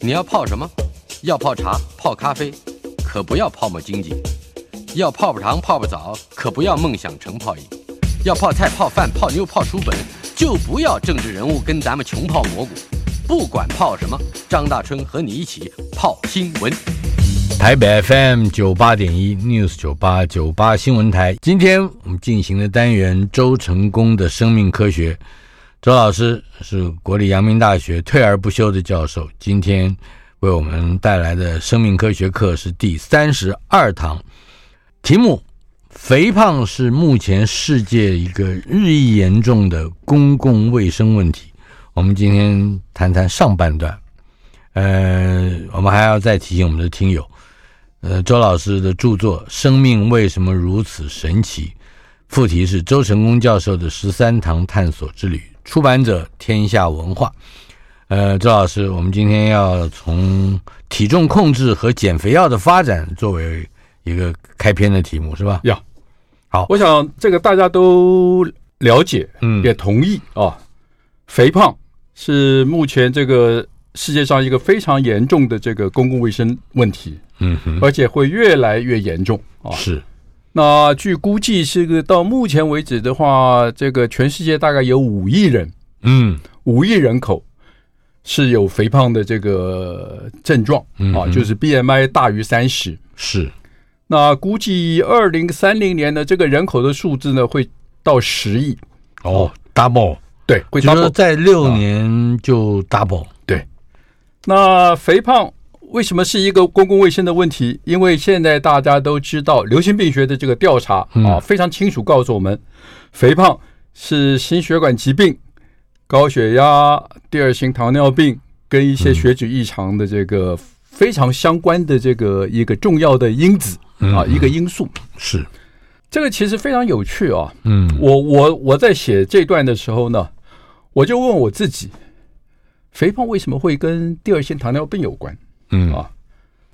你要泡什么？要泡茶、泡咖啡，可不要泡沫经济；要泡泡糖、泡泡澡，可不要梦想成泡影；要泡菜、泡饭、泡妞、泡书本，就不要政治人物跟咱们穷泡蘑菇。不管泡什么，张大春和你一起泡新闻。台北 FM 九八点一 News 九八九八新闻台，今天我们进行的单元周成功的生命科学。周老师是国立阳明大学退而不休的教授，今天为我们带来的生命科学课是第三十二堂，题目：肥胖是目前世界一个日益严重的公共卫生问题。我们今天谈谈上半段。呃，我们还要再提醒我们的听友，呃，周老师的著作《生命为什么如此神奇》，副题是周成功教授的十三堂探索之旅，出版者天下文化。呃，周老师，我们今天要从体重控制和减肥药的发展作为一个开篇的题目，是吧？呀，好我想这个大家都了解，嗯也同意啊。肥胖是目前这个世界上一个非常严重的这个公共卫生问题，嗯哼，而且会越来越严重啊。是，那据估计，这个到目前为止的话，这个全世界大概有五亿人，嗯五亿人口是有肥胖的这个症状嗯啊，哼就是 BMI 大于三十。是，那估计二零三零年的这个人口的数字呢，会到十亿，哦，double，啊对，会就是说 double。在六年就 double，那肥胖为什么是一个公共卫生的问题？因为现在大家都知道，流行病学的这个调查嗯啊，非常清楚告诉我们，肥胖是心血管疾病、高血压、第二型糖尿病跟一些血脂异常的这个非常相关的这个一个重要的因子啊，嗯一个因素。是，这个其实非常有趣啊，嗯，我我我在写这段的时候呢，我就问我自己，肥胖为什么会跟第二型糖尿病有关？嗯啊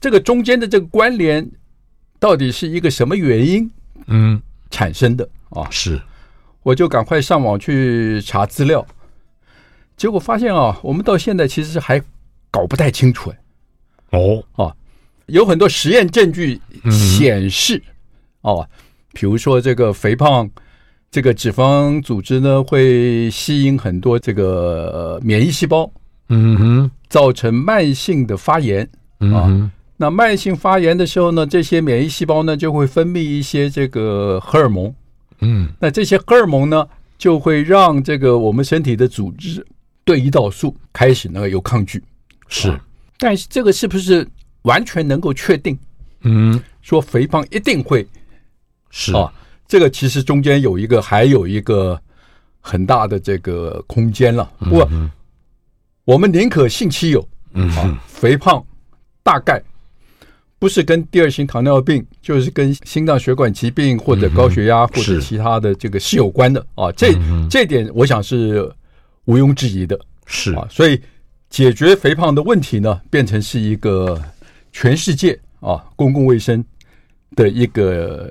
这个中间的这个关联，到底是一个什么原因嗯，产生的啊？是，我就赶快上网去查资料，结果发现啊，我们到现在其实还搞不太清楚、哎哦，有很多实验证据显示，哦，比如说这个肥胖，这个脂肪组织呢会吸引很多这个呃免疫细胞，嗯哼，造成慢性的发炎。嗯哼，那慢性发炎的时候呢，这些免疫细胞呢就会分泌一些这个荷尔蒙，嗯那这些荷尔蒙呢就会让这个我们身体的组织对胰岛素开始呢有抗拒。是，但是这个是不是完全能够确定嗯说肥胖一定会是，啊，这个其实中间有一个还有一个很大的这个空间了。不过嗯我们宁可信其有，嗯哼啊，肥胖大概不是跟第二型糖尿病，就是跟心脏血管疾病或者高血压或者是其他的这个是有关嗯的啊。这这点我想是毋庸置疑的是啊。所以解决肥胖的问题呢，变成是一个全世界啊公共卫生的一个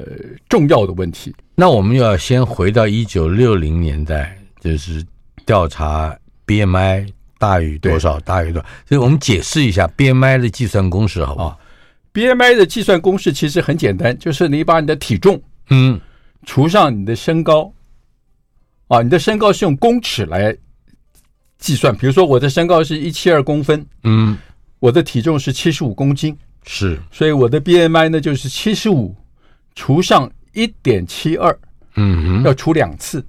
重要的问题。那我们要先回到一九六零年代，就是调查 BMI 大于多少，大于多少。所以我们解释一下 BMI 的计算公式，好不好？ BMI 的计算公式其实很简单，就是你把你的体重嗯，除上你的身高，啊，你的身高是用公尺来计算。比如说我的身高是一七二公分，嗯，我的体重是七十五公斤，是，所以我的 BMI 呢就是七十五除上一点七二，嗯哼，要除两次，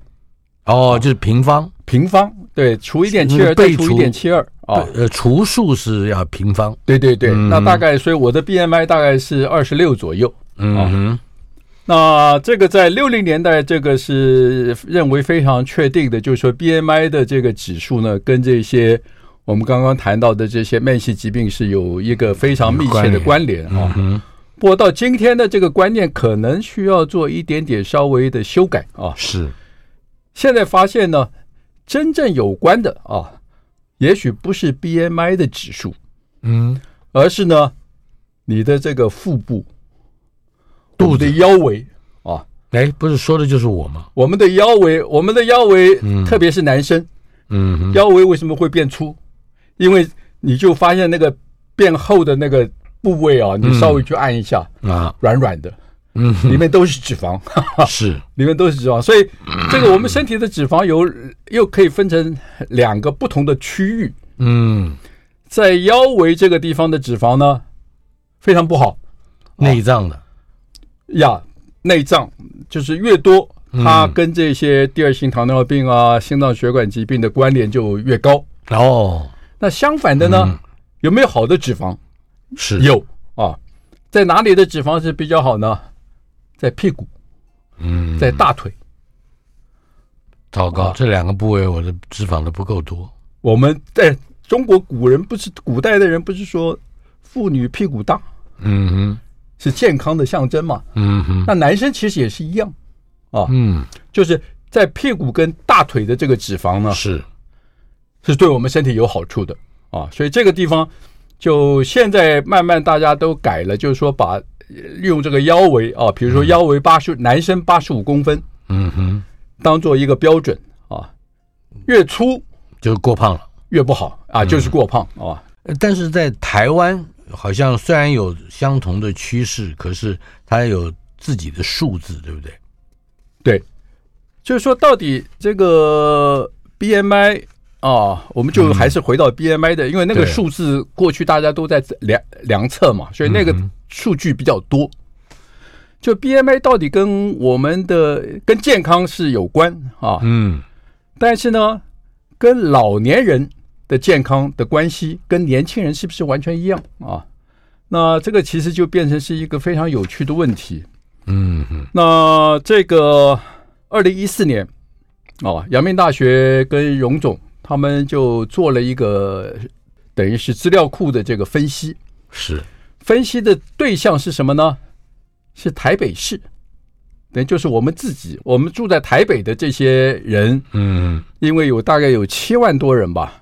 哦，就是平方，平方对，除一点七嗯二倍再除一除点七二啊，呃，除数是要平方，对对对，嗯那大概所以我的 BMI 大概是二十六左右。嗯哼，那这个在六零年代，这个是认为非常确定的，就是说 BMI 的这个指数呢，跟这些我们刚刚谈到的这些慢性疾病是有一个非常密切的关联啊。嗯不过到今天的这个观念，可能需要做一点点稍微的修改啊。是，现在发现呢，真正有关的啊，也许不是 BMI 的指数，嗯，而是呢你的这个腹部、肚子我们的腰围啊。哎，不是说的就是我吗？我们的腰围，我们的腰围，特别是男生嗯嗯哼，腰围为什么会变粗？因为你就发现那个变厚的那个部位啊，你稍微去按一下，啊，软软的，嗯，里面都是脂肪， 是，里面都是脂肪，所以这个我们身体的脂肪有又可以分成两个不同的区域，嗯，在腰围这个地方的脂肪呢非常不好内脏的，呀，内脏就是越多，嗯它跟这些第二型糖尿病啊、心脏血管疾病的关联就越高。哦，那相反的呢，有没有好的脂肪？嗯是，有啊，在哪里的脂肪是比较好呢？在屁股，嗯，在大腿。糟糕，啊哦这两个部位我的脂肪都不够多，我们在中国古人不是古代的人不是说妇女屁股大嗯哼，是健康的象征嘛？嗯哼，那男生其实也是一样，嗯，就是在屁股跟大腿的这个脂肪呢，是，是对我们身体有好处的啊。所以这个地方就现在慢慢大家都改了，就是说把呃利用这个腰围啊，比如说腰围八十，男生八十五公分嗯哼，当做一个标准啊，越粗就是过胖了。越不好啊，就是过胖啊。呃但是在台湾，好像虽然有相同的趋势，可是它有自己的数字，对不对？对，就是说到底这个 BMI 啊，我们就还是回到 BMI 的，因为那个嗯对数字过去大家都在量量测嘛，所以那嗯个数据比较多。就 BMI 到底跟我们的跟健康是有关啊，嗯，但是呢，跟老年人的健康的关系跟年轻人是不是完全一样啊？那这个其实就变成是一个非常有趣的问题。嗯哼，那这个二零一四年哦，阳明大学跟荣总他们就做了一个等于是资料库的这个分析，是，分析的对象是什么呢？是台北市，等于就是我们自己，我们住在台北的这些人，嗯，因为有大概有七万多人吧，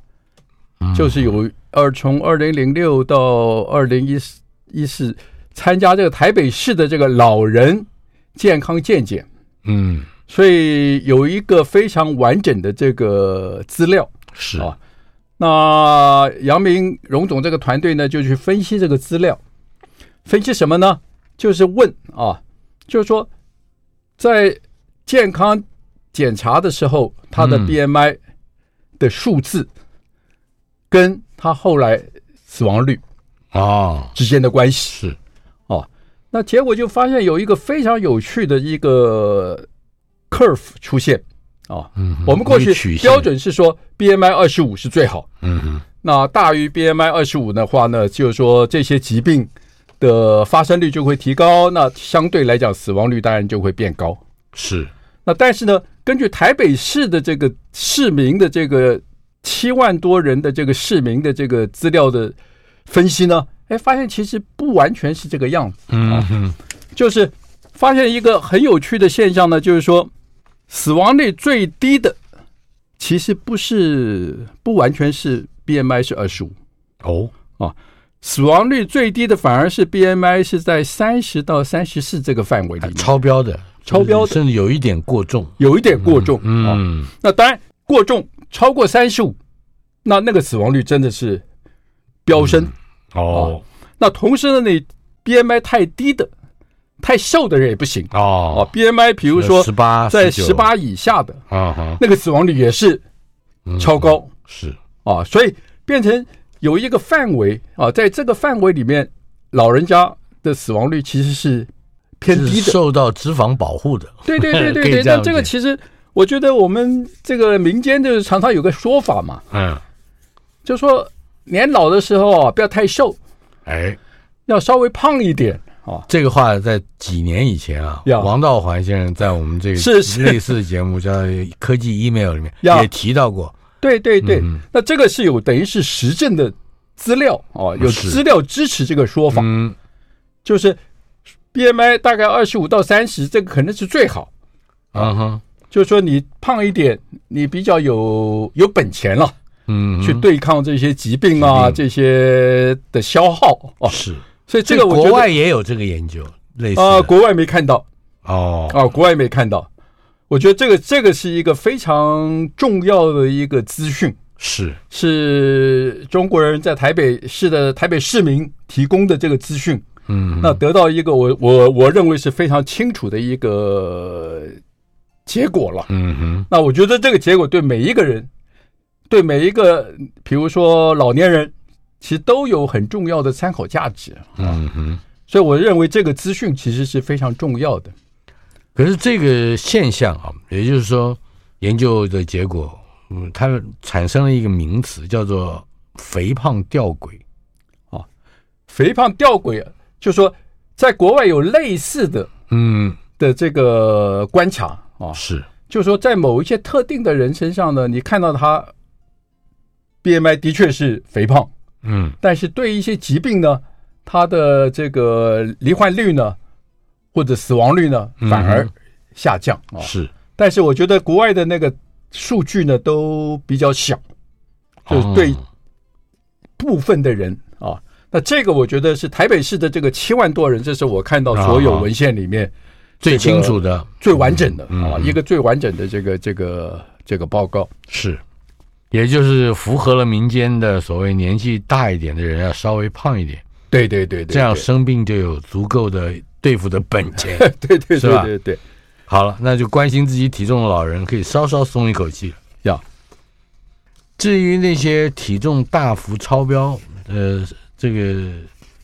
就是有二从二零零六到二零一四一四参加这个台北市的这个老人健康健检，嗯，所以有一个非常完整的这个资料。是，啊那杨明荣总这个团队呢，就去分析这个资料，分析什么呢？就是问啊，就是说，在健康检查的时候，他的嗯 BMI 的数字跟他后来死亡率哦，之间的关系。是，那结果就发现有一个非常有趣的一个 curve 出现啊。嗯哼，我们过一个曲去线标，准是说 BMI 二十五是最好，嗯哼，那大于 BMI 二十五的话呢，就是说这些疾病的发生率就会提高，那相对来讲死亡率当然就会变高。是，那但是呢，根据台北市的这个市民的这个七万多人的这个市民的这个资料的分析呢，哎，发现其实不完全是这个样子，嗯哼，就是发现一个很有趣的现象呢，就是说死亡率最低的其实不是不完全是 BMI 是二十五。哦，死亡率最低的反而是 BMI 是在三十到三十四这个范围里还面，超标的，超标的甚至有一点过重，有一点过重。啊，嗯，那当然过重超过三十五，那那个死亡率真的是飙升。哦，那同时呢，你 BMI 太低的、太瘦的人也不行啊哦，。 BMI 比如说十八，在19十，八以下的啊哈，那个死亡率也是嗯超高是，啊，所以变成有一个范围啊，在这个范围里面，老人家的死亡率其实是偏低是的。受到脂肪保护的，对对对 可以对对，这样那这个讲其实我觉得我们这个民间就是常常有个说法嘛，嗯，就说年老的时候啊，不要太瘦，哎，要稍微胖一点啊。这个话在几年以前啊，呀王道环先生在我们这个是是类似的节目叫《科技 email》里面呀也提到过，对对对，嗯那这个是有等于是实证的资料啊，有嗯是资料支持这个说法，嗯，就是 BMI 大概二十五到三十，这个可能是最好。啊哈，就是说，你胖一点，你比较有有本钱了，嗯，去对抗这些疾病啊，疾这些的消耗哦。是所以这个我觉国得外也有这个研究，类似啊、的国外没看到哦，啊、国外没看到。我觉得这个这个是一个非常重要的一个资讯是是中国人在台北市的台北市民提供的这个资讯，嗯，那得到一个我我我认为是非常清楚的一个结果了。嗯哼，那我觉得这个结果对每一个人，对每一个，比如说老年人，其实都有很重要的参考价值。嗯哼。所以我认为这个资讯其实是非常重要的。可是这个现象啊，也就是说，研究的结果，嗯，它产生了一个名词，叫做“肥胖吊诡肥胖吊诡，就说在国外有类似的”。嗯，的这个观察啊，是，就是说在某一些特定的人身上呢，你看到他 BMI 的确是肥胖，嗯但是对一些疾病呢，它的这个罹患率呢，或者死亡率呢，嗯反而下降啊。是，但是我觉得国外的那个数据呢，都比较小，就是对哦部分的人啊。那这个我觉得是台北市的这个七万多人，这是我看到所有啊文献里面最清楚的最完整的啊，嗯一个最完整的这个这个这个报告。是，也就是符合了民间的所谓年纪大一点的人要稍微胖一点，对对对对，这样对生病就有足够的对付的本钱。对 对是对吧对对，好了，那就关心自己体重的老人可以稍稍松一口气了。要至于那些体重大幅超标，呃，这个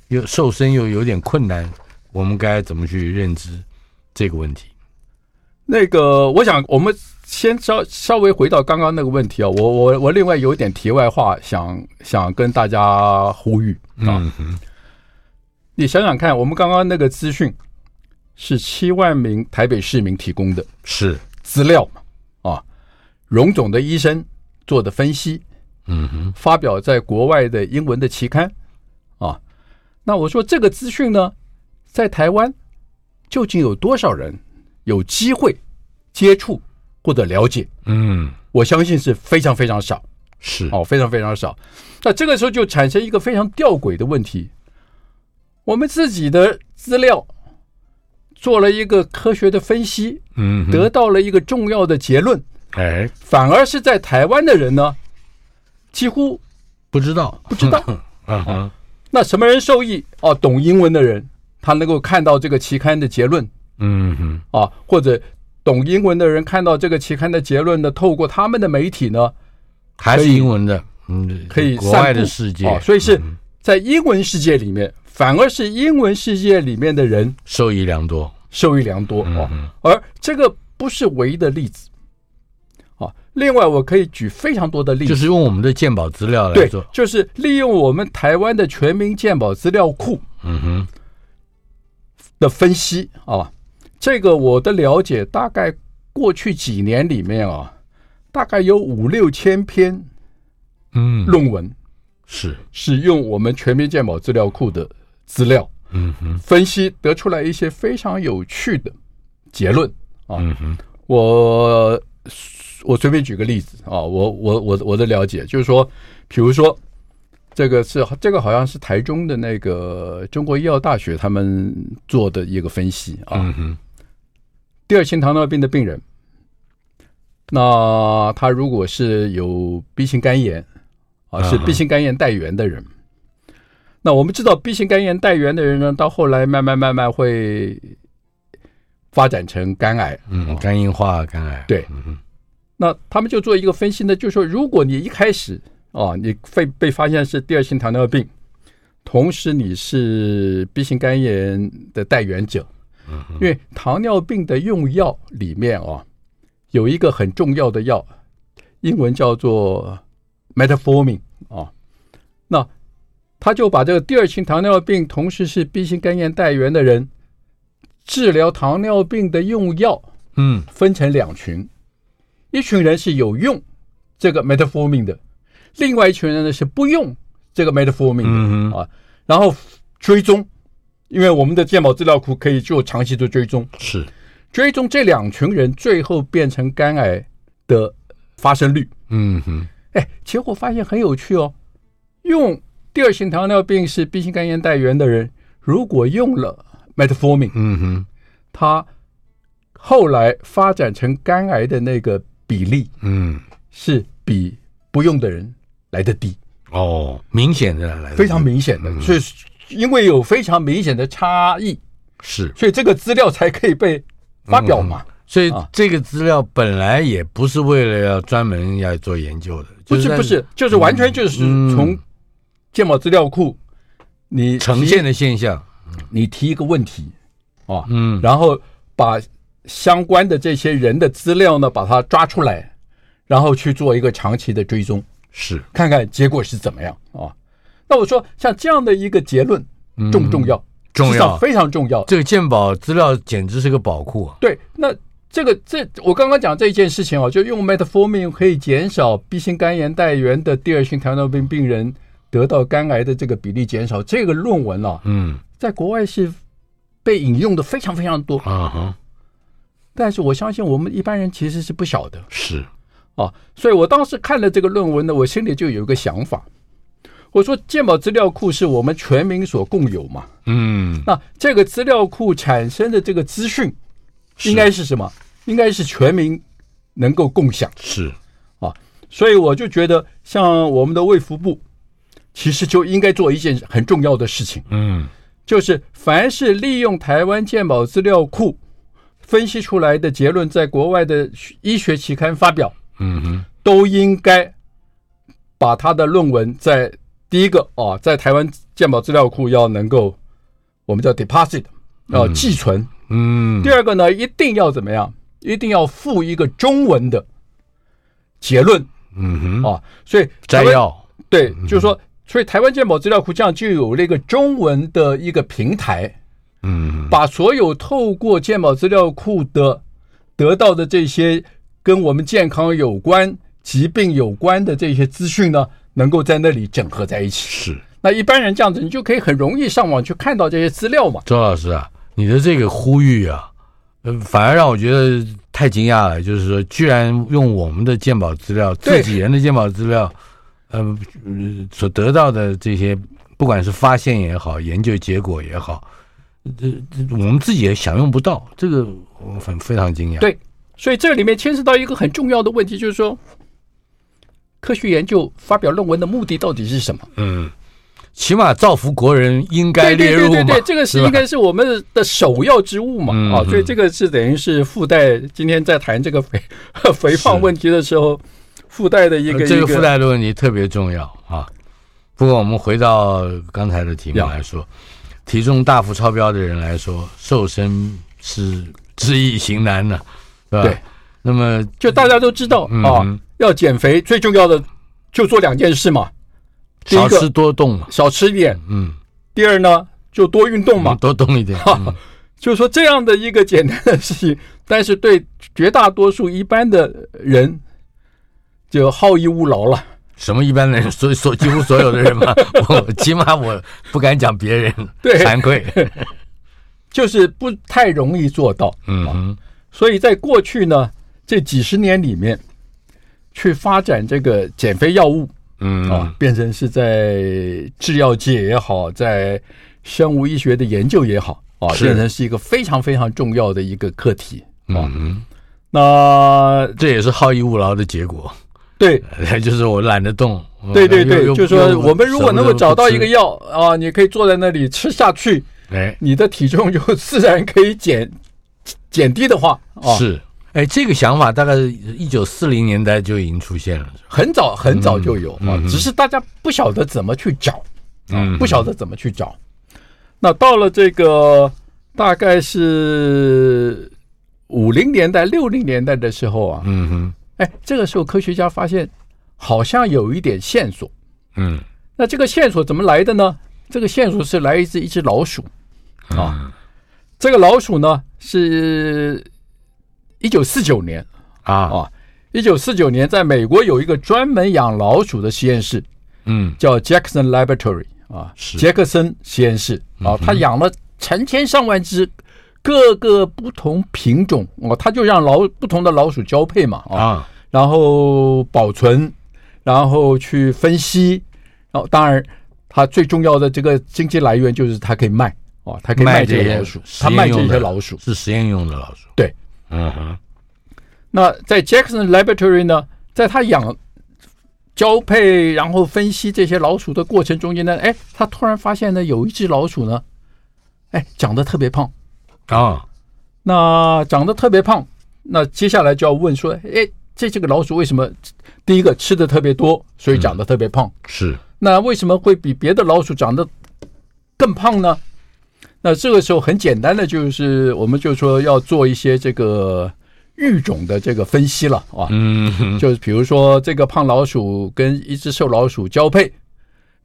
又瘦身又有点困难，我们该怎么去认知这个问题？那个，我想我们先稍稍微回到刚刚那个问题啊，我我我另外有一点题外话，想想跟大家呼吁啊，嗯哼，你想想看，我们刚刚那个资讯是七万名台北市民提供的是，资料嘛，啊，荣总的医生做的分析，嗯哼，发表在国外的英文的期刊啊。那我说这个资讯呢，在台湾究竟有多少人有机会接触或者了解？嗯，我相信是非常非常少是，哦，非常非常少。那这个时候就产生一个非常吊诡的问题：我们自己的资料做了一个科学的分析，嗯哼，得到了一个重要的结论，哎，反而是在台湾的人呢，几乎不知道，不知道。 嗯哼，那什么人受益？哦，懂英文的人，他能够看到这个期刊的结论嗯哼，啊，或者懂英文的人看到这个期刊的结论呢，透过他们的媒体呢，还可是以英文的，嗯，可以国散外的布世界，哦所以是嗯在英文世界里面，反而是英文世界里面的人受益良多。受益良多嗯哦。哼，而这个不是唯一的例子啊。另外，我可以举非常多的例就子，是用我们的鉴宝资料来对做，，就是利用我们台湾的全民健保资料库，嗯哼，的分析啊，这个我的了解，大概过去几年里面啊，大概有五六千篇嗯，论文是，是用我们全民健保资料库的资料嗯哼，分析得出来一些非常有趣的结论。啊嗯哼，我我随便举个例子啊，我我我我的了解就是说，比如说这个是这个好像是台中的那个中国医药大学他们做的一个分析啊，嗯哼，第二型糖尿病的病人，那他如果是有 B 型肝炎啊，是嗯 B 型肝炎带源的人，那我们知道 B 型肝炎带源的人呢，到后来慢慢慢慢会发展成肝癌。嗯，肝硬化、肝癌，哦对嗯哼，那他们就做一个分析呢，就说如果你一开始啊，你被被发现是第二型糖尿病，同时你是 B 型肝炎的带源者，因为糖尿病的用药里面啊，有一个很重要的药，英文叫做 metformin 啊，那他就把这个第二型糖尿病同时是 B 型肝炎带源的人治疗糖尿病的用药。嗯，分成两群，一群人是有用这个 metformin 的，另外一群人呢是不用这个 metformin 的、嗯哼啊，然后追踪，因为我们的健保资料库可以做长期的追踪，是，追踪这两群人最后变成肝癌的发生率。嗯哼，哎，结果发现很有趣哦，用第二型糖尿病是 B 型肝炎带源的人，如果用了 metformin，嗯哼，他后来发展成肝癌的那个比例嗯，是比不不用的人来的低，哦，明显的来，非常明显的，嗯所以因为有非常明显的差异，是，所以这个资料才可以被发表嘛。所以啊这个资料本来也不是为了要专门要做研究的，不是在不是，就是完全就是嗯从建保资料库，你提呈现的现象，你提一个问题啊，嗯，然后把相关的这些人的资料呢，把它抓出来，然后去做一个长期的追踪，是看看结果是怎么样啊。那我说像这样的一个结论重不重要？嗯重实际上要。非常重要。这个鉴宝资料简直是个宝库啊！对，那这个这我刚刚讲这一件事情啊，就用 metformin 可以减少 B 型肝炎带源的第二型糖尿病病人得到肝癌的这个比例减少。这个论文啊，嗯在国外是被引用的非常非常多，啊哈，但是我相信我们一般人其实是不晓得是啊。所以我当时看了这个论文呢，我心里就有一个想法，我说健保资料库是我们全民所共有嘛，嗯那这个资料库产生的这个资讯是应该是什么？应该是全民能够共享。是所以我就觉得，像我们的卫福部，其实就应该做一件很重要的事情，嗯就是凡是利用台湾健保资料库分析出来的结论，在国外的医学期刊发表，嗯哼都应该把他的论文在第一个啊，在台湾健保资料库要能够我们叫 deposit 要寄存。嗯第二个呢，一定要怎么样？一定要附一个中文的结论嗯哼啊，所以摘台湾要对，嗯就是说，所以台湾健保资料库这样就有了一个中文的一个平台，嗯把所有透过健保资料库的得到的这些跟我们健康有关、疾病有关的这些资讯呢，能够在那里整合在一起。是那一般人这样子，你就可以很容易上网去看到这些资料嘛。周老师啊，你的这个呼吁啊，呃，反而让我觉得太惊讶了。就是说，居然用我们的鉴宝资料，对自己人的鉴宝资料，呃，呃所得到的这些，不管是发现也好，研究结果也好，这、这我们自己也享用不到，这个我很非常惊讶。对所以这里面牵涉到一个很重要的问题，就是说，科学研究发表论文的目的到底是什么？嗯，起码造福国人应该列入嘛，对对对对对，这个是吧应该是我们的首要之务嘛嗯啊，嗯所以这个是等于是附带今天在谈这个肥 肥胖问题的时候附带的一个呃这一个附带的问题特别重要啊。不过我们回到刚才的题目呀来说，体重大幅超标的人来说，瘦身是知易行难呢、对吧？对那么就大家都知道嗯啊，要减肥最重要的就做两件事嘛，第一少吃个多动嘛，少吃一点，嗯，第二呢就多运动嘛，多动一点。嗯就是说这样的一个简单的事情，但是对绝大多数一般的人就好逸恶劳了。什么一般的人，所所几乎所有的人 嘛，我起码我不敢讲别人，对惭 愧。就是不太容易做到，嗯哼，所以在过去呢这几十年里面，去发展这个减肥药物嗯啊，变成是在制药界也好，在生物医学的研究也好啊，是变成是一个非常非常重要的一个课题啊。嗯哼，那这也是好逸恶劳的结果， 对就是我懒得动。对对又对，又就是说又我们如果能够舍不得找到不吃一个药啊，你可以坐在那里吃下去，哎，你的体重就自然可以减减低的话啊，是，哎，这个想法大概一九四零年代就已经出现了。很早很早就有啊嗯嗯，只是大家不晓得怎么去找，嗯啊，不晓得怎么去找。那到了这个大概是五零年代、六零年代的时候啊，嗯哼，哎，这个时候科学家发现好像有一点线索。嗯那这个线索怎么来的呢？这个线索是来自一只老鼠啊，这个老鼠呢是一九四九年啊，啊，一九四九年在美国有一个专门养老鼠的实验室，嗯叫 Jackson Laboratory 啊，是嗯杰克森实验室啊，他养了成千上万只各个不同品种哦，他就让老不同的老鼠交配嘛啊，啊，然后保存，然后去分析，然后当然它最重要的这个经济来源就是它可以卖哦，它可以卖这些老鼠，实它验卖用这些的老鼠，是实验用的老鼠。对，嗯哼，那在 Jackson Laboratory 呢，在他养交配，然后分析这些老鼠的过程中间呢，哎，他突然发现呢，有一只老鼠呢，哎，长得特别胖。啊，那长得特别胖，那接下来就要问说，哎，这这个老鼠为什么第一个吃的特别多，所以长得特别胖？是那为什么会比别的老鼠长得更胖呢？那这个时候很简单的就是，我们就说要做一些这个育种的这个分析了啊。嗯哼就是比如说这个胖老鼠跟一只瘦老鼠交配，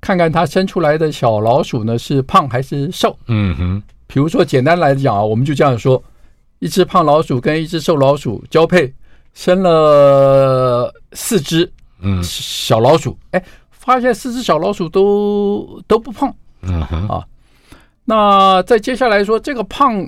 看看它生出来的小老鼠呢是胖还是瘦。嗯哼比如说简单来讲啊，我们就这样说：一只胖老鼠跟一只瘦老鼠交配，生了四只嗯小老鼠，哎，发现四只小老鼠都都不胖。嗯哼那再接下来说，这个胖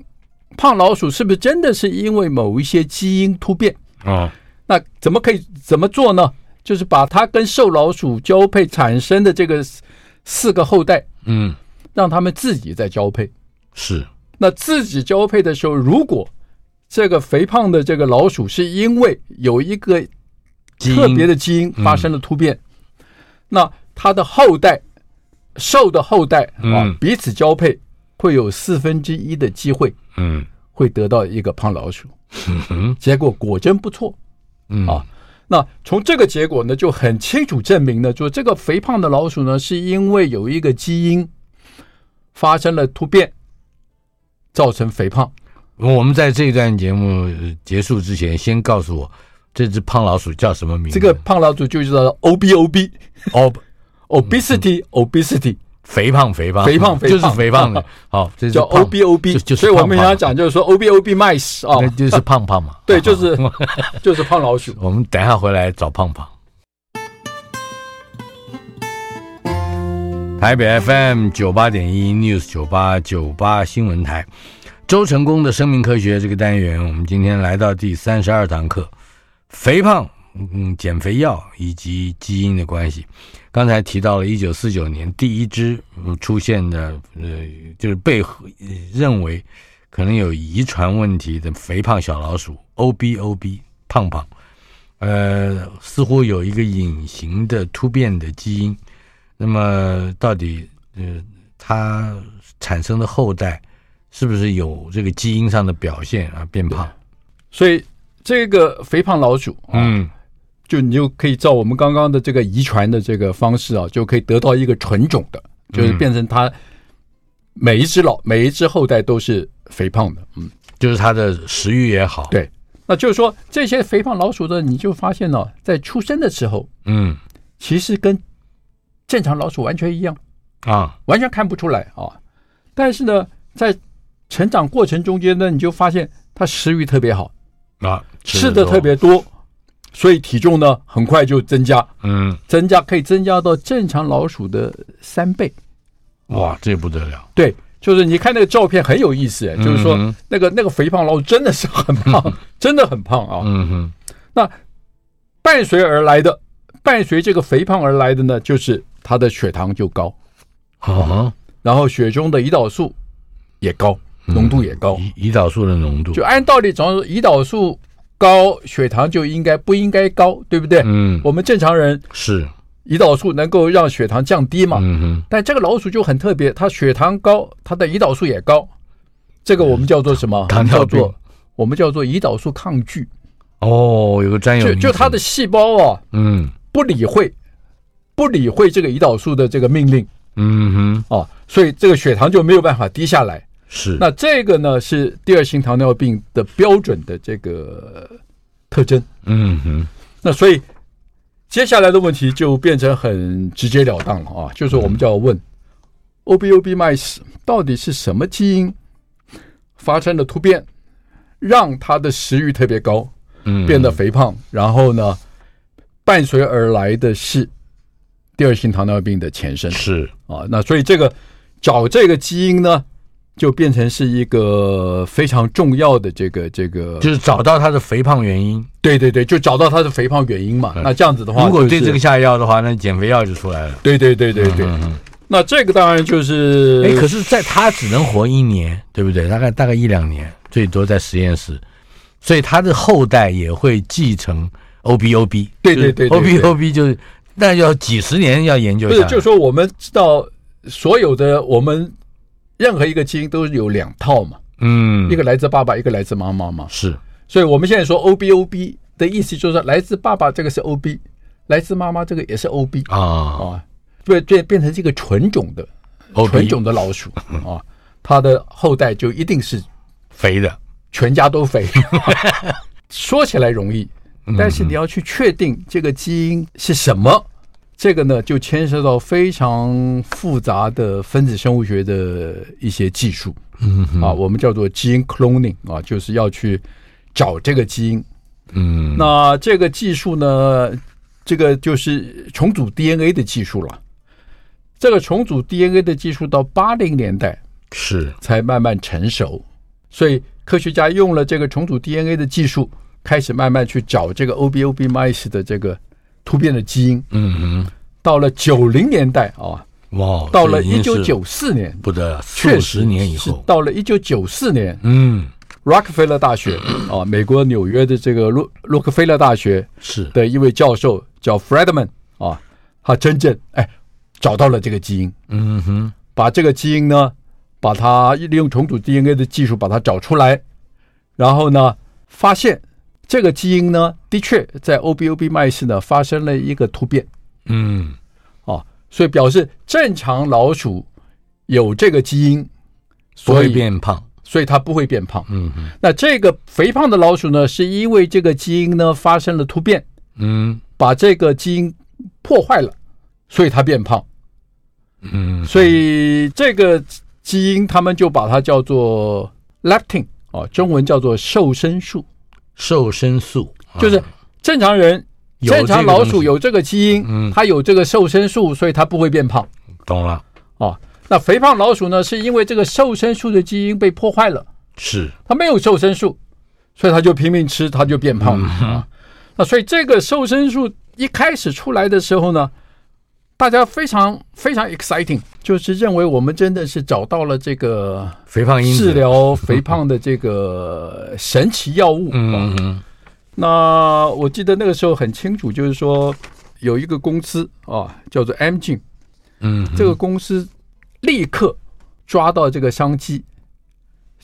胖老鼠是不是真的是因为某一些基因突变？哦那怎么可以怎么做呢？就是把它跟瘦老鼠交配产生的这个四四个后代，嗯让它们自己再交配。是那自己交配的时候，如果这个肥胖的这个老鼠是因为有一个基特因别的基因发生了突变，那它的后代瘦的后代啊、嗯彼此交配，会有四分之一的机会嗯会得到一个胖老鼠。哼结果果真不错，嗯啊那从这个结果呢，就很清楚证明呢，就这个肥胖的老鼠呢，是因为有一个基因发生了突变，造成肥胖。我们在这一段节目呃结束之前，先告诉我这只胖老鼠叫什么名字？这个胖老鼠就叫 O B O B 哦， obesity 嗯 obesity 肥胖肥胖肥胖肥就胖是肥胖 的。好，这是叫胖 O B O B，就就是所以我们胖胖常讲就是说 O B O B mice 啊。那，就是胖胖嘛对，就是 就是胖老鼠。我们等一下回来找胖胖。台北 FM 九八点一 News 九八九八新闻台，周成功的生命科学这个单元，我们今天来到第三十二堂课，肥胖、嗯，减肥药以及基因的关系。刚才提到了一九四九年第一只嗯出现的，呃，就是被呃认为可能有遗传问题的肥胖小老鼠 OBOB 胖胖，呃，似乎有一个隐形的突变的基因。那么到底呃它产生的后代是不是有这个基因上的表现啊变胖？所以这个肥胖老鼠啊，嗯就你就可以照我们刚刚的这个遗传的这个方式啊，就可以得到一个纯种的，就是变成它每一只老每一只后代都是肥胖的。嗯，就是它的食欲也好，对。那就是说，这些肥胖老鼠的，你就发现了、在出生的时候，嗯其实跟正常老鼠完全一样，啊完全看不出来啊。但是呢，在成长过程中间呢，你就发现它食欲特别好，啊，吃的特别多，所以体重呢很快就增加。嗯增加可以增加到正常老鼠的三倍。嗯哇，这不得了，对，就是你看那个照片很有意思，哎就是说嗯哼那个那个肥胖老鼠真的是很胖，真的很胖啊。嗯哼那伴随而来的，伴随这个肥胖而来的呢，就是它的血糖就高，啊，然后血中的胰岛素也高，浓度也高。胰胰岛素的浓度就按道理讲，胰岛素高，血糖就应该不应该高，对不对？嗯我们正常人是胰岛素能够让血糖降低嘛？嗯哼但这个老鼠就很特别，它血糖高，它的胰岛素也高，这个我们叫做什么？糖糖尿病叫做我们叫做胰岛素抗拒，哦，有个专有就名就词它的细胞啊嗯不理会，不理会这个胰岛素的这个命令嗯哼啊，所以这个血糖就没有办法低下来。是那这个呢是第二型糖尿病的标准的这个特征。嗯哼那所以接下来的问题就变成很直截了当了啊，就是我们就要问 O B O B mice 到底是什么基因发生了突变，让它的食欲特别高，嗯变得肥胖，然后呢，伴随而来的是第二型糖尿病的前身是啊。那所以这个找这个基因呢，就变成是一个非常重要的这个这个，就是找到它的肥胖原因。对对对，就找到它的肥胖原因嘛。嗯那这样子的话，如果就对是这个下药的话，那减肥药就出来了。对对对对对，那这个当然就是，嗯哎，可是，在他只能活一年，对不对？大概大概一两年，最多在实验室，所以他的后代也会继承 O B O B。对对对对对 O B O B 就是那要几十年要研究不一是，下，就是说我们知道所有的我们任何一个基因都有两套嘛，嗯，一个来自爸爸，一个来自妈妈嘛。是所以我们现在说 O B O B 的意思就是说来自爸爸这个是 O B，来自妈妈这个也是 O B 啊啊，对，变变成这个纯种的，O 纯 B 嗯种的老鼠啊，它的后代就一定是肥的，全家 都肥。说起来容易，嗯但是你要去确定这个基因是什么，这个呢就牵涉到非常复杂的分子生物学的一些技术嗯哼啊，我们叫做基因 cloning 啊，就是要去找这个基因。嗯，那这个技术呢，这个就是重组 DNA 的技术了。这个重组 DNA 的技术到八零年代是才慢慢成熟，所以科学家用了这个重组 DNA 的技术，开始慢慢去找这个 OBOB mice 的这个突变的基因。嗯到了九零年代啊，哼，哇，到了这已一经九是九四年，不得了，四确十实年以是后，到了一九九四年嗯， ，Rockefeller 大学啊，美国纽约的这个洛洛克菲勒大学是的一位教授叫 Fredman 啊，他真正哎找到了这个基因，嗯哼，把这个基因呢，把它利用重组 DNA 的技术把它找出来，然后呢，发现这个基因呢，的确在 OBOB 麦氏呢发生了一个突变嗯，啊，所以表示正常老鼠有这个基因，不所会以变胖，所以它不会变胖。嗯哼，那这个肥胖的老鼠呢，是因为这个基因呢发生了突变，嗯把这个基因破坏了，所以它变胖。嗯，所以这个基因他们就把它叫做 leptin 哦，中文叫做瘦身素，瘦身素啊就是正常人。有正常老鼠这个东西有这个基因，嗯它有这个瘦身素，所以它不会变胖懂了，哦。那肥胖老鼠呢，是因为这个瘦身素的基因被破坏了，是它没有瘦身素，所以它就拼命吃，它就变胖了、嗯啊。那所以这个瘦身素一开始出来的时候呢，大家非常非常 exciting，就是认为我们真的是找到了这个肥胖因治子，疗肥胖的这个神奇药物。嗯嗯那我记得那个时候很清楚，就是说有一个公司啊，叫做 M g 嗯，这个公司立刻抓到这个商机，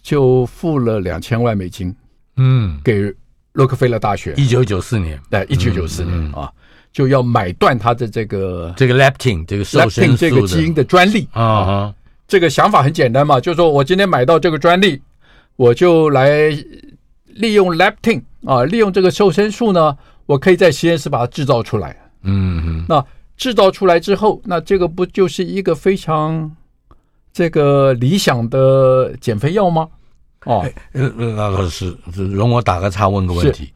就付了两千万美金嗯，给洛克菲勒大学，一九九四年。在一九九四嗯年啊，就要买断它的这个这个 leptin 这个瘦 leptin 身这个素基因的的专利。啊哈，这个想法很简单嘛，就是说我今天买到这个专利，我就来利用 leptin 啊，利用这个瘦身素呢，我可以在实验室把它制造出来。嗯那制造出来之后，那这个不就是一个非常这个理想的减肥药吗？哦，呃，呃那老师，容我打个岔，问个问题：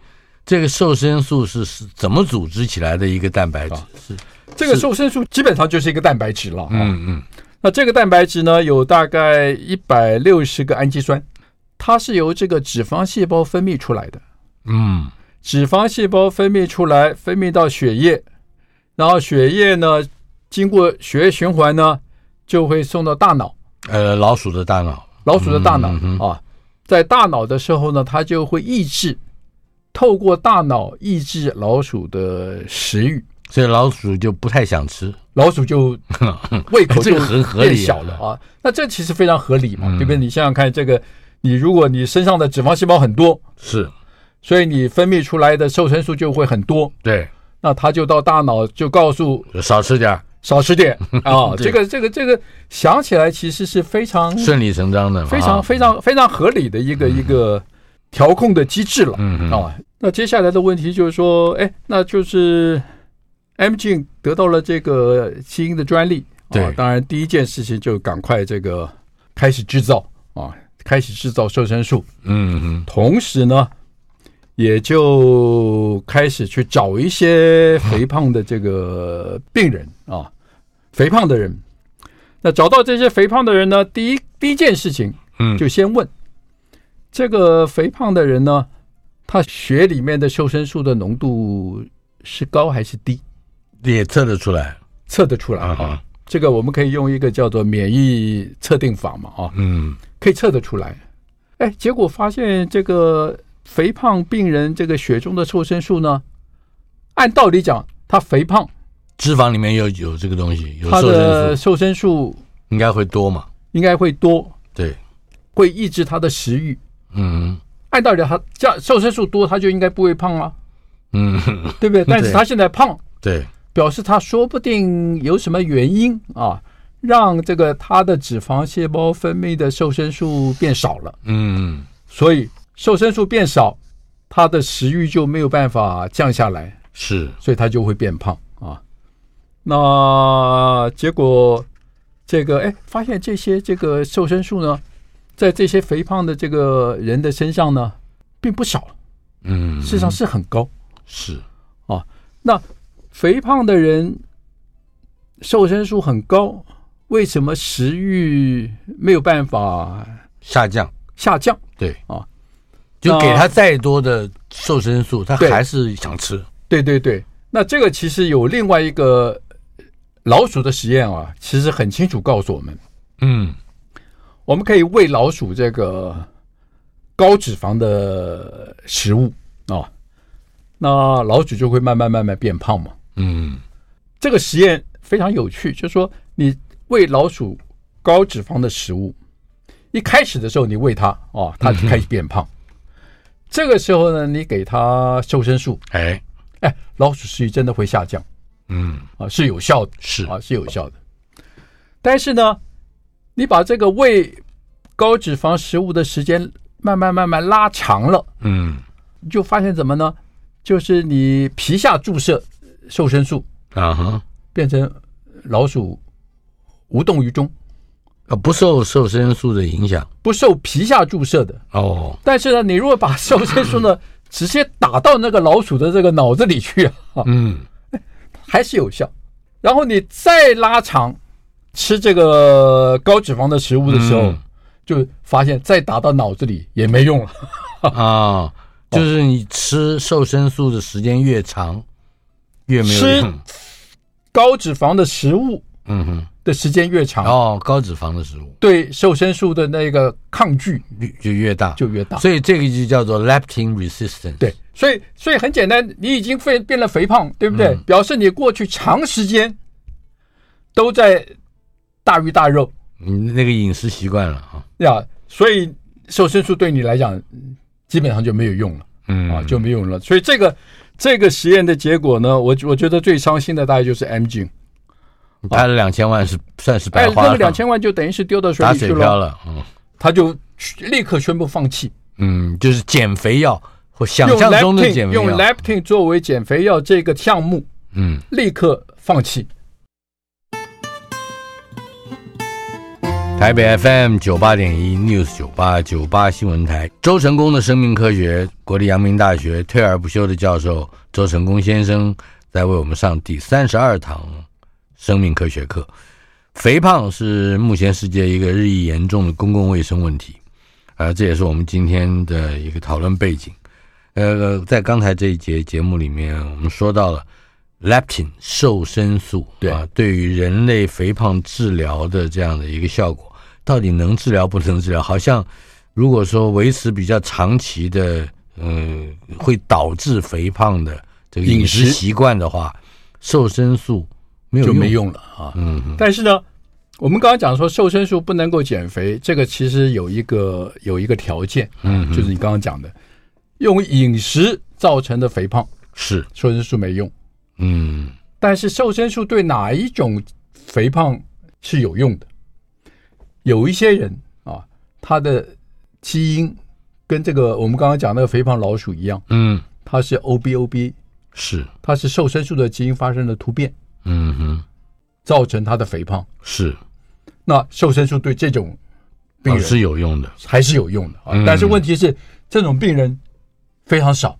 这个瘦身素是是怎么组织起来的一个蛋白质啊？是，这个瘦身素基本上就是一个蛋白质了。啊。嗯嗯，那这个蛋白质呢，有大概一百六十个氨基酸，它是由这个脂肪细胞分泌出来的。嗯，脂肪细胞分泌出来，分泌到血液，然后血液呢，经过血液循环呢，就会送到大脑，呃，老鼠的大脑，老鼠的大脑、嗯啊，在大脑的时候呢，它就会抑制，透过大脑抑制老鼠的食欲，所以老鼠就不太想吃。老 鼠就胃口这个就很合理啊变小了啊。那这其实非常合理嘛，嗯对不对？你想想看，这个你如果你身上的脂肪细胞很多，是，所以你分泌出来的瘦身素就会很多，对，那它就到大脑就告诉就少吃点儿，少 吃点啊、对这个这个这个想起来其实是非常顺理成章的嘛，非啊常非常非常合理的一个一个调控的机制了嗯嗯，啊。那接下来的问题就是说，哎，那就是 M g 得到了这个基因的专利，啊对当然第一件事情就赶快这个开始制造啊，开始制造瘦身素，嗯嗯，同时呢。也就开始去找一些肥胖的这个病人啊，肥胖的人。那找到这些肥胖的人呢，第一第一件事情，嗯就先问这个肥胖的人呢，他血里面的瘦身素的浓度是高还是低？也测得出来测得出来啊啊哈。，这个我们可以用一个叫做免疫测定法嘛啊，嗯，可以测得出来。哎，结果发现这个肥胖病人这个血中的瘦身素呢，按道理讲，他肥胖脂肪里面有有这个东西，有它瘦的身素，瘦身素应该会多嘛？应该会多，对，会抑制它的食欲。嗯按道理，它加瘦身素多，它就应该不会胖啊，嗯，嗯 对不对？但是它现在胖，对，表示它说不定有什么原因啊，让这个它的脂肪细胞分泌的瘦身素变少了，嗯嗯所以瘦身素变少，它的食欲就没有办法降下来，是，所以他就会变胖啊。那结果这个哎，发现这些这个瘦身素呢，在这些肥胖的这个人的身上呢，并不少，嗯，事实上是很高。是，那肥胖的人瘦身素很高，为什么食欲没有办法下降，下降？对啊，就那给他再多的瘦身素，他对还是想吃。对对对，那这个其实有另外一个老鼠的实验啊，其实很清楚告诉我们，嗯我们可以喂老鼠这个高脂肪的食物啊、哦那老鼠就会慢慢慢慢变胖嘛。嗯这个实验非常有趣，就是说你喂老鼠高脂肪的食物，一开始的时候你喂它哦，它就开始变胖。 这个时候呢，你给它瘦身素，哎哎，老鼠食欲真的会下降嗯啊，是有效的。是啊，是有效的。但是呢，你把这个喂高脂肪食物的时间慢慢慢慢拉长了，嗯你就发现怎么呢？就是你皮下注射瘦身素，啊哈变成老鼠无动于衷，啊不受瘦身素的影响不受皮下注射的。哦但是呢，你如果 把瘦身素呢直接打到那个老鼠的这个脑子里去啊，嗯还是有效。然后你再拉长吃这个高脂肪的食物的时候，嗯就发现再打到脑子里也没用了。啊就是你吃瘦身素的时间越长越没有吃用高脂肪的食物嗯哼的时间越长，哦高脂肪的食物对瘦身素的那个抗拒越就越大就越大。所以这个就叫做 leptin resistance 对，所以所以很简单，你已经变变了肥胖，对不对？嗯表示你过去长时间都在大鱼大肉你那个饮食习惯了啊呀，所以瘦身素对你来讲嗯基本上就没有用了。嗯啊，就没有了。所以这个这个实验的结果呢，我我觉得最伤心的大概就是 M 君，拍了两千万是算是哎白，花那了啊个两千万就等于是丢到水打里去水漂了，了嗯他就立刻宣布放弃，嗯就是减肥药或想用象中的 Leptin 减肥啊用药 Leptin 作为减肥药这个项目嗯立刻放弃。台北 FM 九八点一 News 九八九八新闻台，周成功的生命科学，国立阳明大学退而不休的教授周成功先生，在为我们上第三十二堂生命科学课。肥胖是目前世界一个日益严重的公共卫生问题，而这也是我们今天的一个讨论背景。呃，在刚才这一节节目里面，我们说到了 leptin 瘦身素，对啊，对于人类肥胖治疗的这样的一个效果，到底能治疗不能治疗？好像如果说维持比较长期的，嗯、会导致肥胖的这个饮饮食食习惯的话，瘦身素没有就用没用了啊。嗯嗯但是呢，我们刚刚讲说瘦身术不能够减肥，这个其实有一个有一个条件，嗯，就是你刚刚讲的，用饮食造成的肥胖，是瘦身术没用。嗯但是瘦身术对哪一种肥胖是有用的？有一些人啊，他的基因跟这个我们刚刚讲那个肥胖老鼠一样，嗯它是 OBOB，是它是瘦身素的基因发生了突变，嗯哼造成它的肥胖。是那瘦身素对这种病哦人是有用的，还是有用的啊，嗯但是问题是这种病人非常少，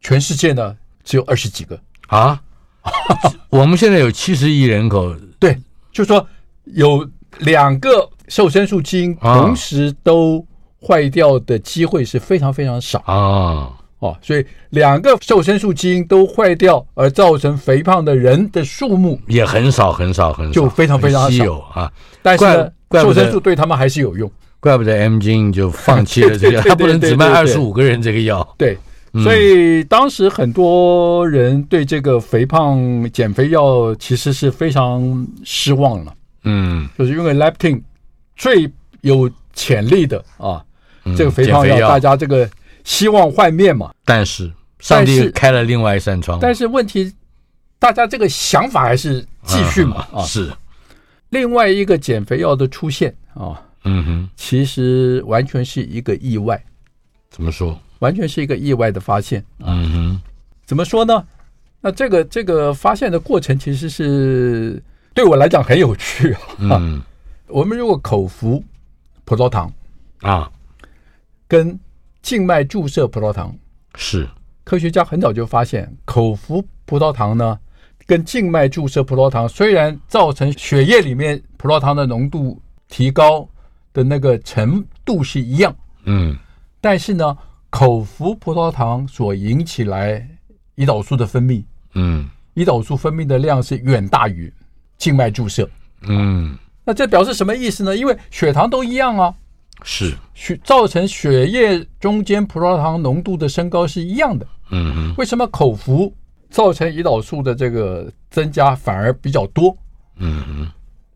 全世界呢只有二十几个。啊， 我们现在有七十亿人口，对，就说有两个瘦身素基因啊同时都坏掉的机会是非常非常少啊，哦，所以两个瘦身素基因都坏掉而造成肥胖的人的数目，也很少很少很少，就非常非常很稀少有啊。但是呢，怪怪不瘦得身素对他们还是有用。怪不得 M 君就放弃了这个，对对 对他不能只卖对二对对十五个人这个药。对，所以当时很多人对这个肥胖减肥药其实是非常失望了，嗯，就是因为 leptin 最有潜力的啊，嗯这个肥胖减嗯药，大家这个希望幻灭嘛。但是上但帝是开了另外一扇窗，但是问题，大家这个想法还是继续嘛啊。是，另外一个减肥药的出现啊，嗯哼，其实完全是一个意外，怎么说？完全是一个意外的发现。嗯哼，怎么说呢？那这个这个发现的过程其实是对我来讲很有趣啊。嗯 我们如果口服葡萄糖啊，跟静脉注射葡萄糖，是，科学家很早就发现，口服葡萄糖呢，跟静脉注射葡萄糖虽然造成血液里面葡萄糖的浓度提高的那个程度是一样，嗯但是呢，口服葡萄糖所引起来胰岛素的分泌，嗯胰岛素分泌的量是远大于静脉注射。嗯，那这表示什么意思呢？因为血糖都一样啊，是，血造成血液中间葡萄糖浓度的升高是一样的。嗯哼，为什么口服造成胰岛素的这个增加反而比较多？嗯哼，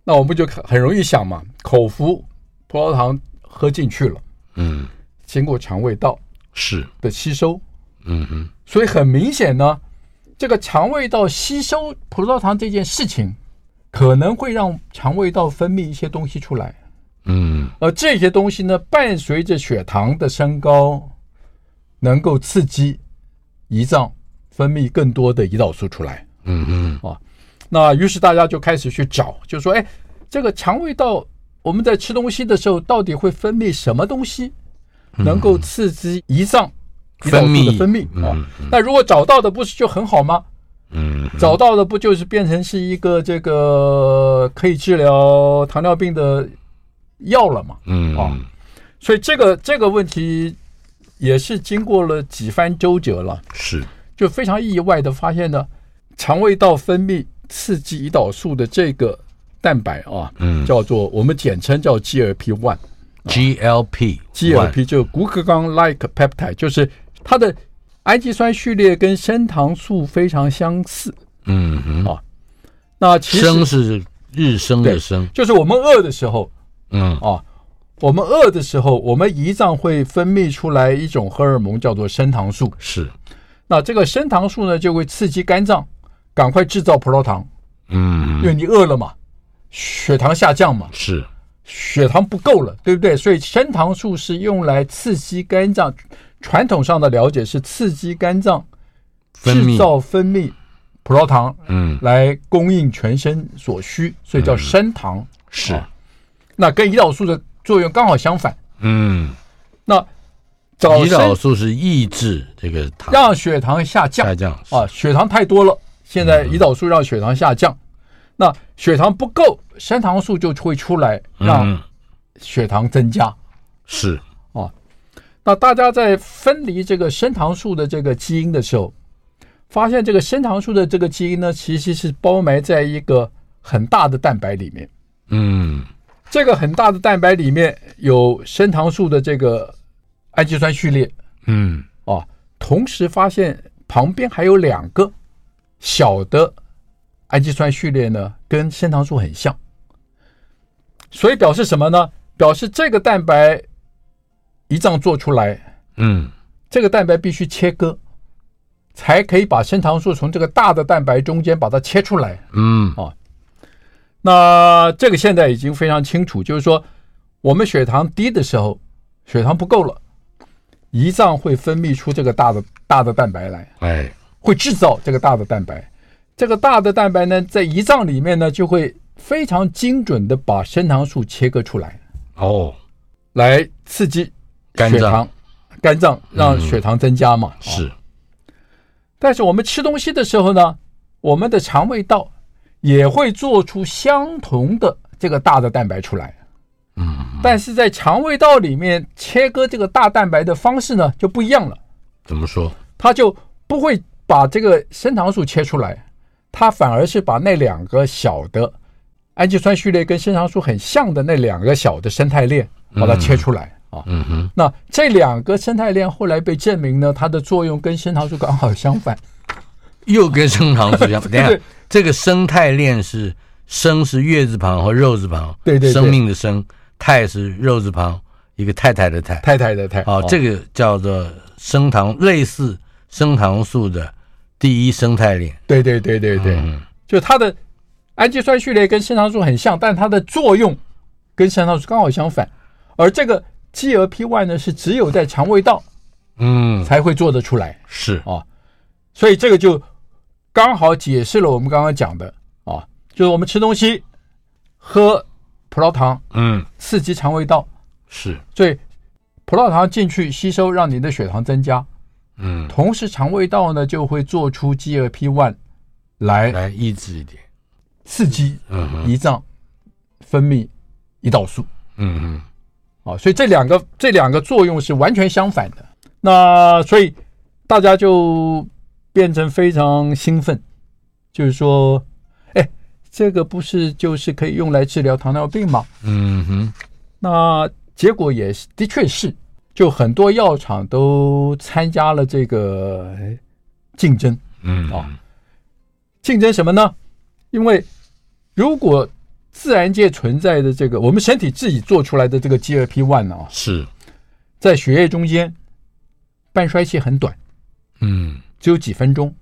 那我们就很容易想嘛，口服葡萄糖喝进去了，嗯经过肠胃道是，的吸收，嗯哼，所以很明显呢，这个肠胃道吸收葡萄糖这件事情，可能会让肠胃道分泌一些东西出来，嗯而这些东西呢，伴随着血糖的升高，能够刺激胰脏分泌更多的胰岛素出来。嗯哼，那于是大家就开始去找，就说：“哎，这个肠胃道，我们在吃东西的时候，到底会分泌什么东西，能够刺激胰脏胰岛分素泌的分泌嗯啊？那如果找到的，不是就很好吗？嗯哼找到的不就是变成是一个这个可以治疗糖尿病的药了吗？嗯哦所以这个这个问题也是经过了几番周折了。”是，就非常意外的发现呢，肠胃道分泌刺激胰岛素的这个蛋白啊，嗯叫做我们简称叫 GLP one。 ，GLP GLP 就是骨骼纲 like peptide，就是它的氨基酸序列跟升糖素非常相似。嗯哼，那其生实是日升的生，就是我们饿的时候嗯啊，我们饿的时候，我们胰脏会分泌出来一种荷尔蒙叫做升糖素。是，那这个升糖素呢，就会刺激肝脏赶快制造葡萄糖。嗯因为你饿了嘛，血糖下降嘛，是，血糖不够了，对不对？所以升糖素是用来刺激肝脏。传统上的了解是刺激肝脏分泌制造分泌葡萄糖嗯来供应全身所需，所以叫升糖。是，啊那跟胰岛素的作用刚好相反。嗯，那早胰岛升素是抑制这个糖让血糖下降下降嗯啊，血糖太多了，现在胰岛素让血糖下降。那血糖不够，升糖素就会出来，让嗯血糖增加。是，那大家在分离这个升糖素的这个基因的时候，发现这个升糖素的这个基因呢，其实是包埋在一个很大的蛋白里面。嗯这个很大的蛋白里面有升糖素的这个氨基酸序列嗯啊，同时发现旁边还有两个小的氨基酸序列呢，跟升糖素很像，所以表示什么呢？表示这个蛋白胰脏做出来嗯这个蛋白必须切割，才可以把升糖素从这个大的蛋白中间把它切出来。嗯哦那这个现在已经非常清楚，就是说我们血糖低的时候，血糖不够了，胰脏会分泌出这个大的大的蛋白来，哎会制造这个大的蛋白。这个大的蛋白呢，在胰脏里面呢，就会非常精准的把升糖素切割出来，哦来刺激肝血脏糖，肝脏让血糖增加嘛。啊是，但是我们吃东西的时候呢，我们的肠胃道也会做出相同的这个大的蛋白出来。嗯但是在肠胃道里面切割这个大蛋白的方式呢就不一样了，怎么说？它就不会把这个升糖素切出来，它反而是把那两个小的氨基酸序列跟升糖素很像的那两个小的生态链把它切出来、啊。嗯哼，那这两个生态链后来被证明呢，它的作用跟生糖素刚好相反。又跟升糖 素一样。等一对下，这个生态链是生是月字旁和肉字旁，对对对生命的生，太是肉字旁，一个太太的太。太太的哦太，好，哦这个叫做升糖，类似升糖素的第一生态链。对对对对对，嗯就它的氨基酸序列跟升糖素很像，但它的作用跟升糖素刚好相反。而这个 GLP-1 呢，是只有在肠胃道嗯，才会做得出来是啊，所以这个就刚好解释了我们刚刚讲的啊，就是我们吃东西喝葡萄糖嗯刺激肠胃道，是所以葡萄糖进去吸收，让你的血糖增加，嗯，同时肠胃道呢就会做出 GLP-1 来来抑制一点。刺激嗯哼胰脏分泌胰岛素嗯嗯啊，所以这两个这两个作用是完全相反的。那所以大家就变成非常兴奋，就是说，哎，这个不是就是可以用来治疗糖尿病吗？嗯哼那结果也是，的确是，就很多药厂都参加了这个哎竞争。嗯哦竞争什么呢？因为如果自然界存在的这个我们身体自己做出来的这个 GLP-1 呢、啊，是在血液中间半衰期很短，嗯只有几分钟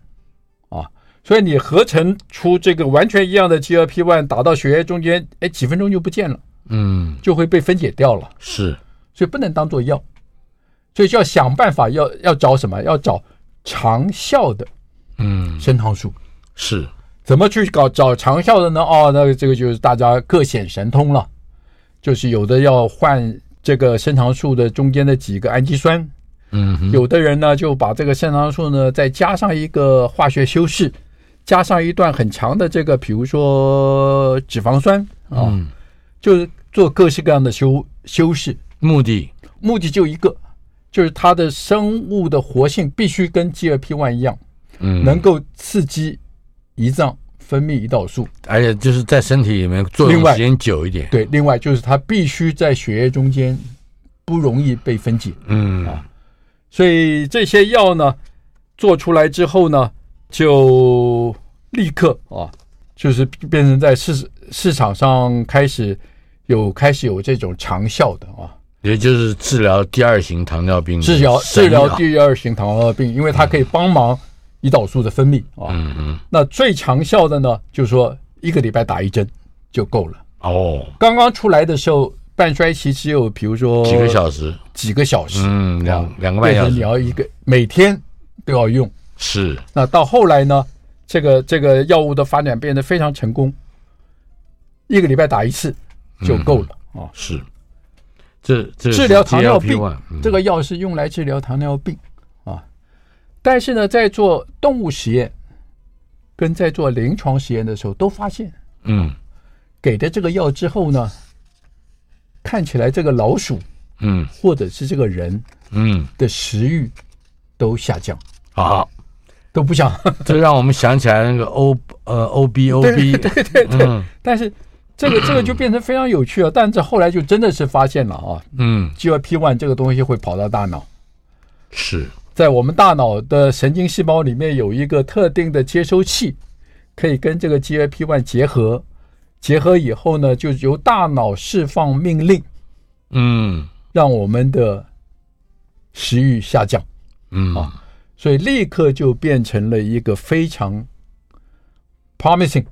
啊，所以你合成出这个完全一样的 GLP-1 打到血液中间，哎，几分钟就不见了，嗯就会被分解掉了。是所以不能当做药，所以就要想办法要要找什么？要找长效的嗯升糖素。是怎么去搞找长效的呢？哦，那这个就是大家各显神通了，就是有的要换这个升糖素的中间的几个氨基酸，嗯哼有的人呢就把这个升糖素呢再加上一个化学修饰，加上一段很长的这个，比如说脂肪酸啊，嗯就是做各式各样的修修饰。目的目的就一个，就是它的生物的活性必须跟 GLP-1 一样，嗯能够刺激胰脏分泌胰岛素。而且就是在身体里面作用另外时间久一点。对，另外就是它必须在血液中间不容易被分解，嗯所以这些药呢做出来之后呢，就立刻啊，就是变成在市市场上开始有开始有这种长效的啊，也就是治疗第二型糖尿病的治疗嗯神啊治疗药第二型糖尿病，因为它可以帮忙胰岛素的分泌啊。嗯嗯那最长效的呢，就是说一个礼拜打一针就够了。哦，刚刚出来的时候，半衰期只有比如说几个小时，几个小时，嗯，啊两两个半小哦变成你时要一个每天都要用。是那到后来呢，这个这个药物的发展变得非常成功，一个礼拜打一次就够了嗯啊。是，这这治疗糖尿病 GLP-1，嗯这个药是用来治疗糖尿病啊，但是呢，在做动物实验跟在做临床实验的时候，都发现嗯给的这个药之后呢，看起来这个老鼠嗯或者是这个人嗯的食欲都下降，好，都不想。这让我们想起来那个 O 呃 O B O 对 B 对对对，嗯但是这个这个就变成非常有趣了。啊但这后来就真的是发现了啊嗯，GLP-1 这个东西会跑到大脑，是在我们大脑的神经细胞里面有一个特定的接收器，可以跟这个 GLP-1 结合。结合以后呢，就由大脑释放命令，嗯让我们的食欲下降。嗯所以立刻就变成了一个非常 promising，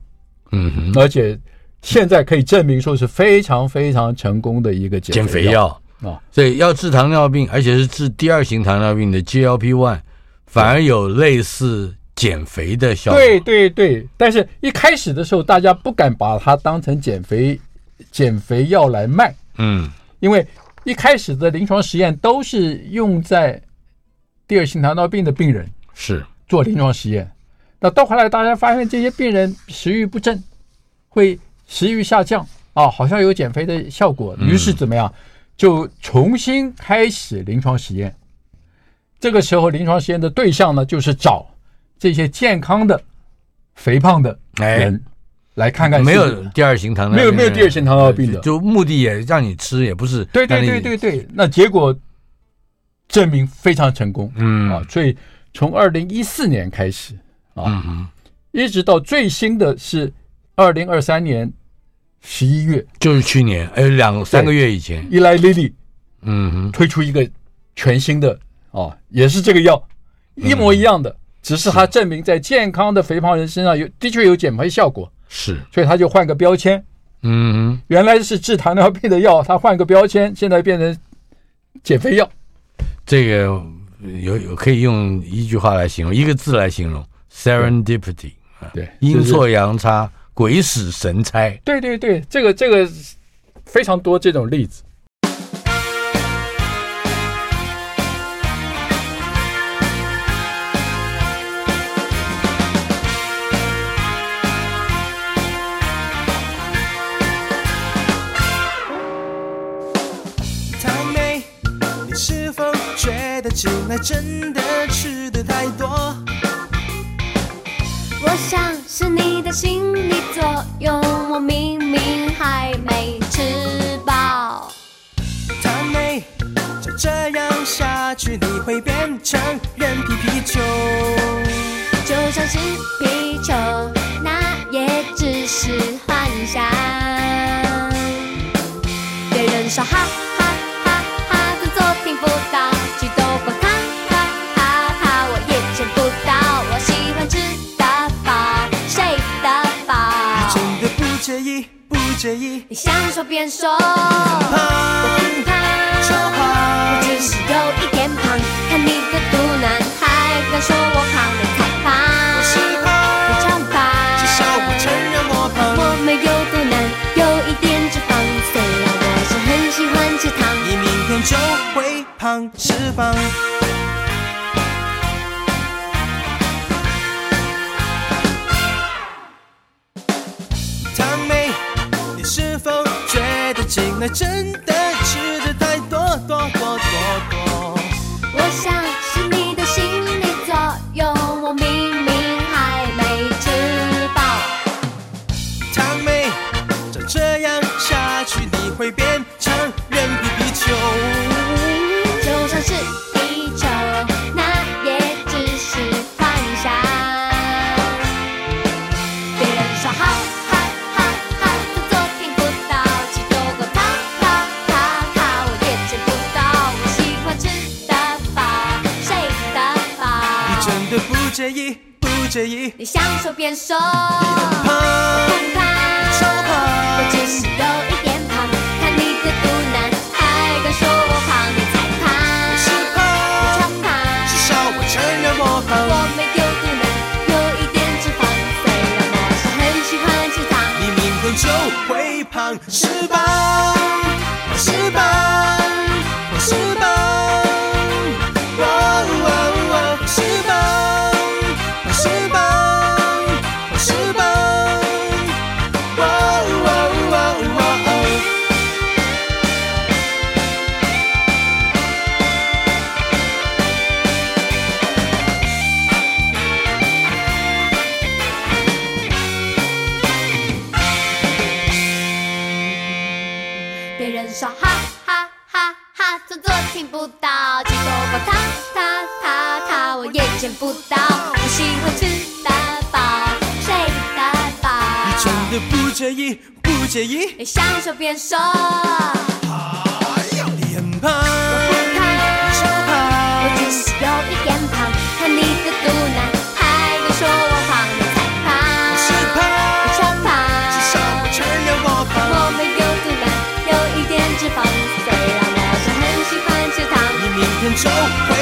嗯哼而且现在可以证明说是非常非常成功的一个减减肥药啊。所以要治糖尿病，而且是治第二型糖尿病的 GLP one，反而有类似减肥的效果。对对对，但是一开始的时候，大家不敢把它当成减肥减肥药来卖，嗯因为一开始的临床实验都是用在第二型糖尿病的病人是做临床实验。那到后来，大家发现这些病人食欲不振，会食欲下降啊，好像有减肥的效果。嗯于是怎么样，就重新开始临床实验。这个时候，临床实验的对象呢，就是找这些健康的、肥胖的哎人来看看是没有第二型糖尿病没有的人，没有第二型糖尿病的对就目的也让你吃，也不是对对让你对对对，那结果证明非常成功、嗯啊！所以从二零一四年开始啊，嗯哼，一直到最新的是二零二三年十一月，就是去年哎两三个月以前，伊莱莉莉嗯哼，推出一个全新的啊，也是这个药，一模一样的，只是它证明在健康的肥胖人身上有的确有减肥效果，是，所以它就换个标签，嗯哼，原来是治糖尿病的药，它换个标签，现在变成减肥药。这个有有可以用一句话来形容，一个字来形容，serendipity，对，阴就是错阳差，鬼使神差。对对对，这个这个非常多这种例子。太美，你是否觉得近来真的吃的太多？我想是你的心理作用，我明明还没吃饱。太美，就这样下去你会变成人皮皮球。就像是皮球，那也只是幻想。别人说哈哈哈哈的作品不到，举头光哈哈哈哈，我也见不到。我喜欢吃的饱，睡得你真饱。的不介意，不介意，你想说便说，胖很胖超胖，只是有一点胖，看你的肚腩，还敢说我胖，你才胖。我是非胖，常棒。至少我承认我胖。我没有多难，有一点脂肪，虽然我是很喜欢吃糖。你明天就会胖，是胖。糖妹，你是否觉得近来真的吃的太多多多多多？我想是你的心理作用，我明明还没吃饱。糖妹，照这样下去你会变成人皮皮球。就算是地球，那也只是幻想。别人说哈哈哈哈的作品不到，其中我哈哈哈哈我也见不到。我喜欢吃得饱，睡得你饱。真的不介意，不介意，你想说便说，胖不怕。超我胖只。是有一点胖，看你的肚腩，还敢说我胖，你才胖。是超胖，胖。至少我承认我我胖。没有肚腩，有一点脂肪，虽然我是很喜欢吃糖。你明天就会胖，是吧？是吧？是吧？哦哦哦，是吧？是吧？是吧？哦哦哦哦哦。别人说哈哈哈哈，做作听不到，结果我他他他他，我也见不到。我喜欢吃得饱，睡得饱。你真的不介意，不介意？你想说便说，你很胖，胖超我胖，只是有一点胖，看你的肚腩，还敢说我胖，你才胖。是我胖，超胖，至少我承认我胖。我没有肚腩，有一点脂肪，虽然我是很喜欢吃糖。你明天就会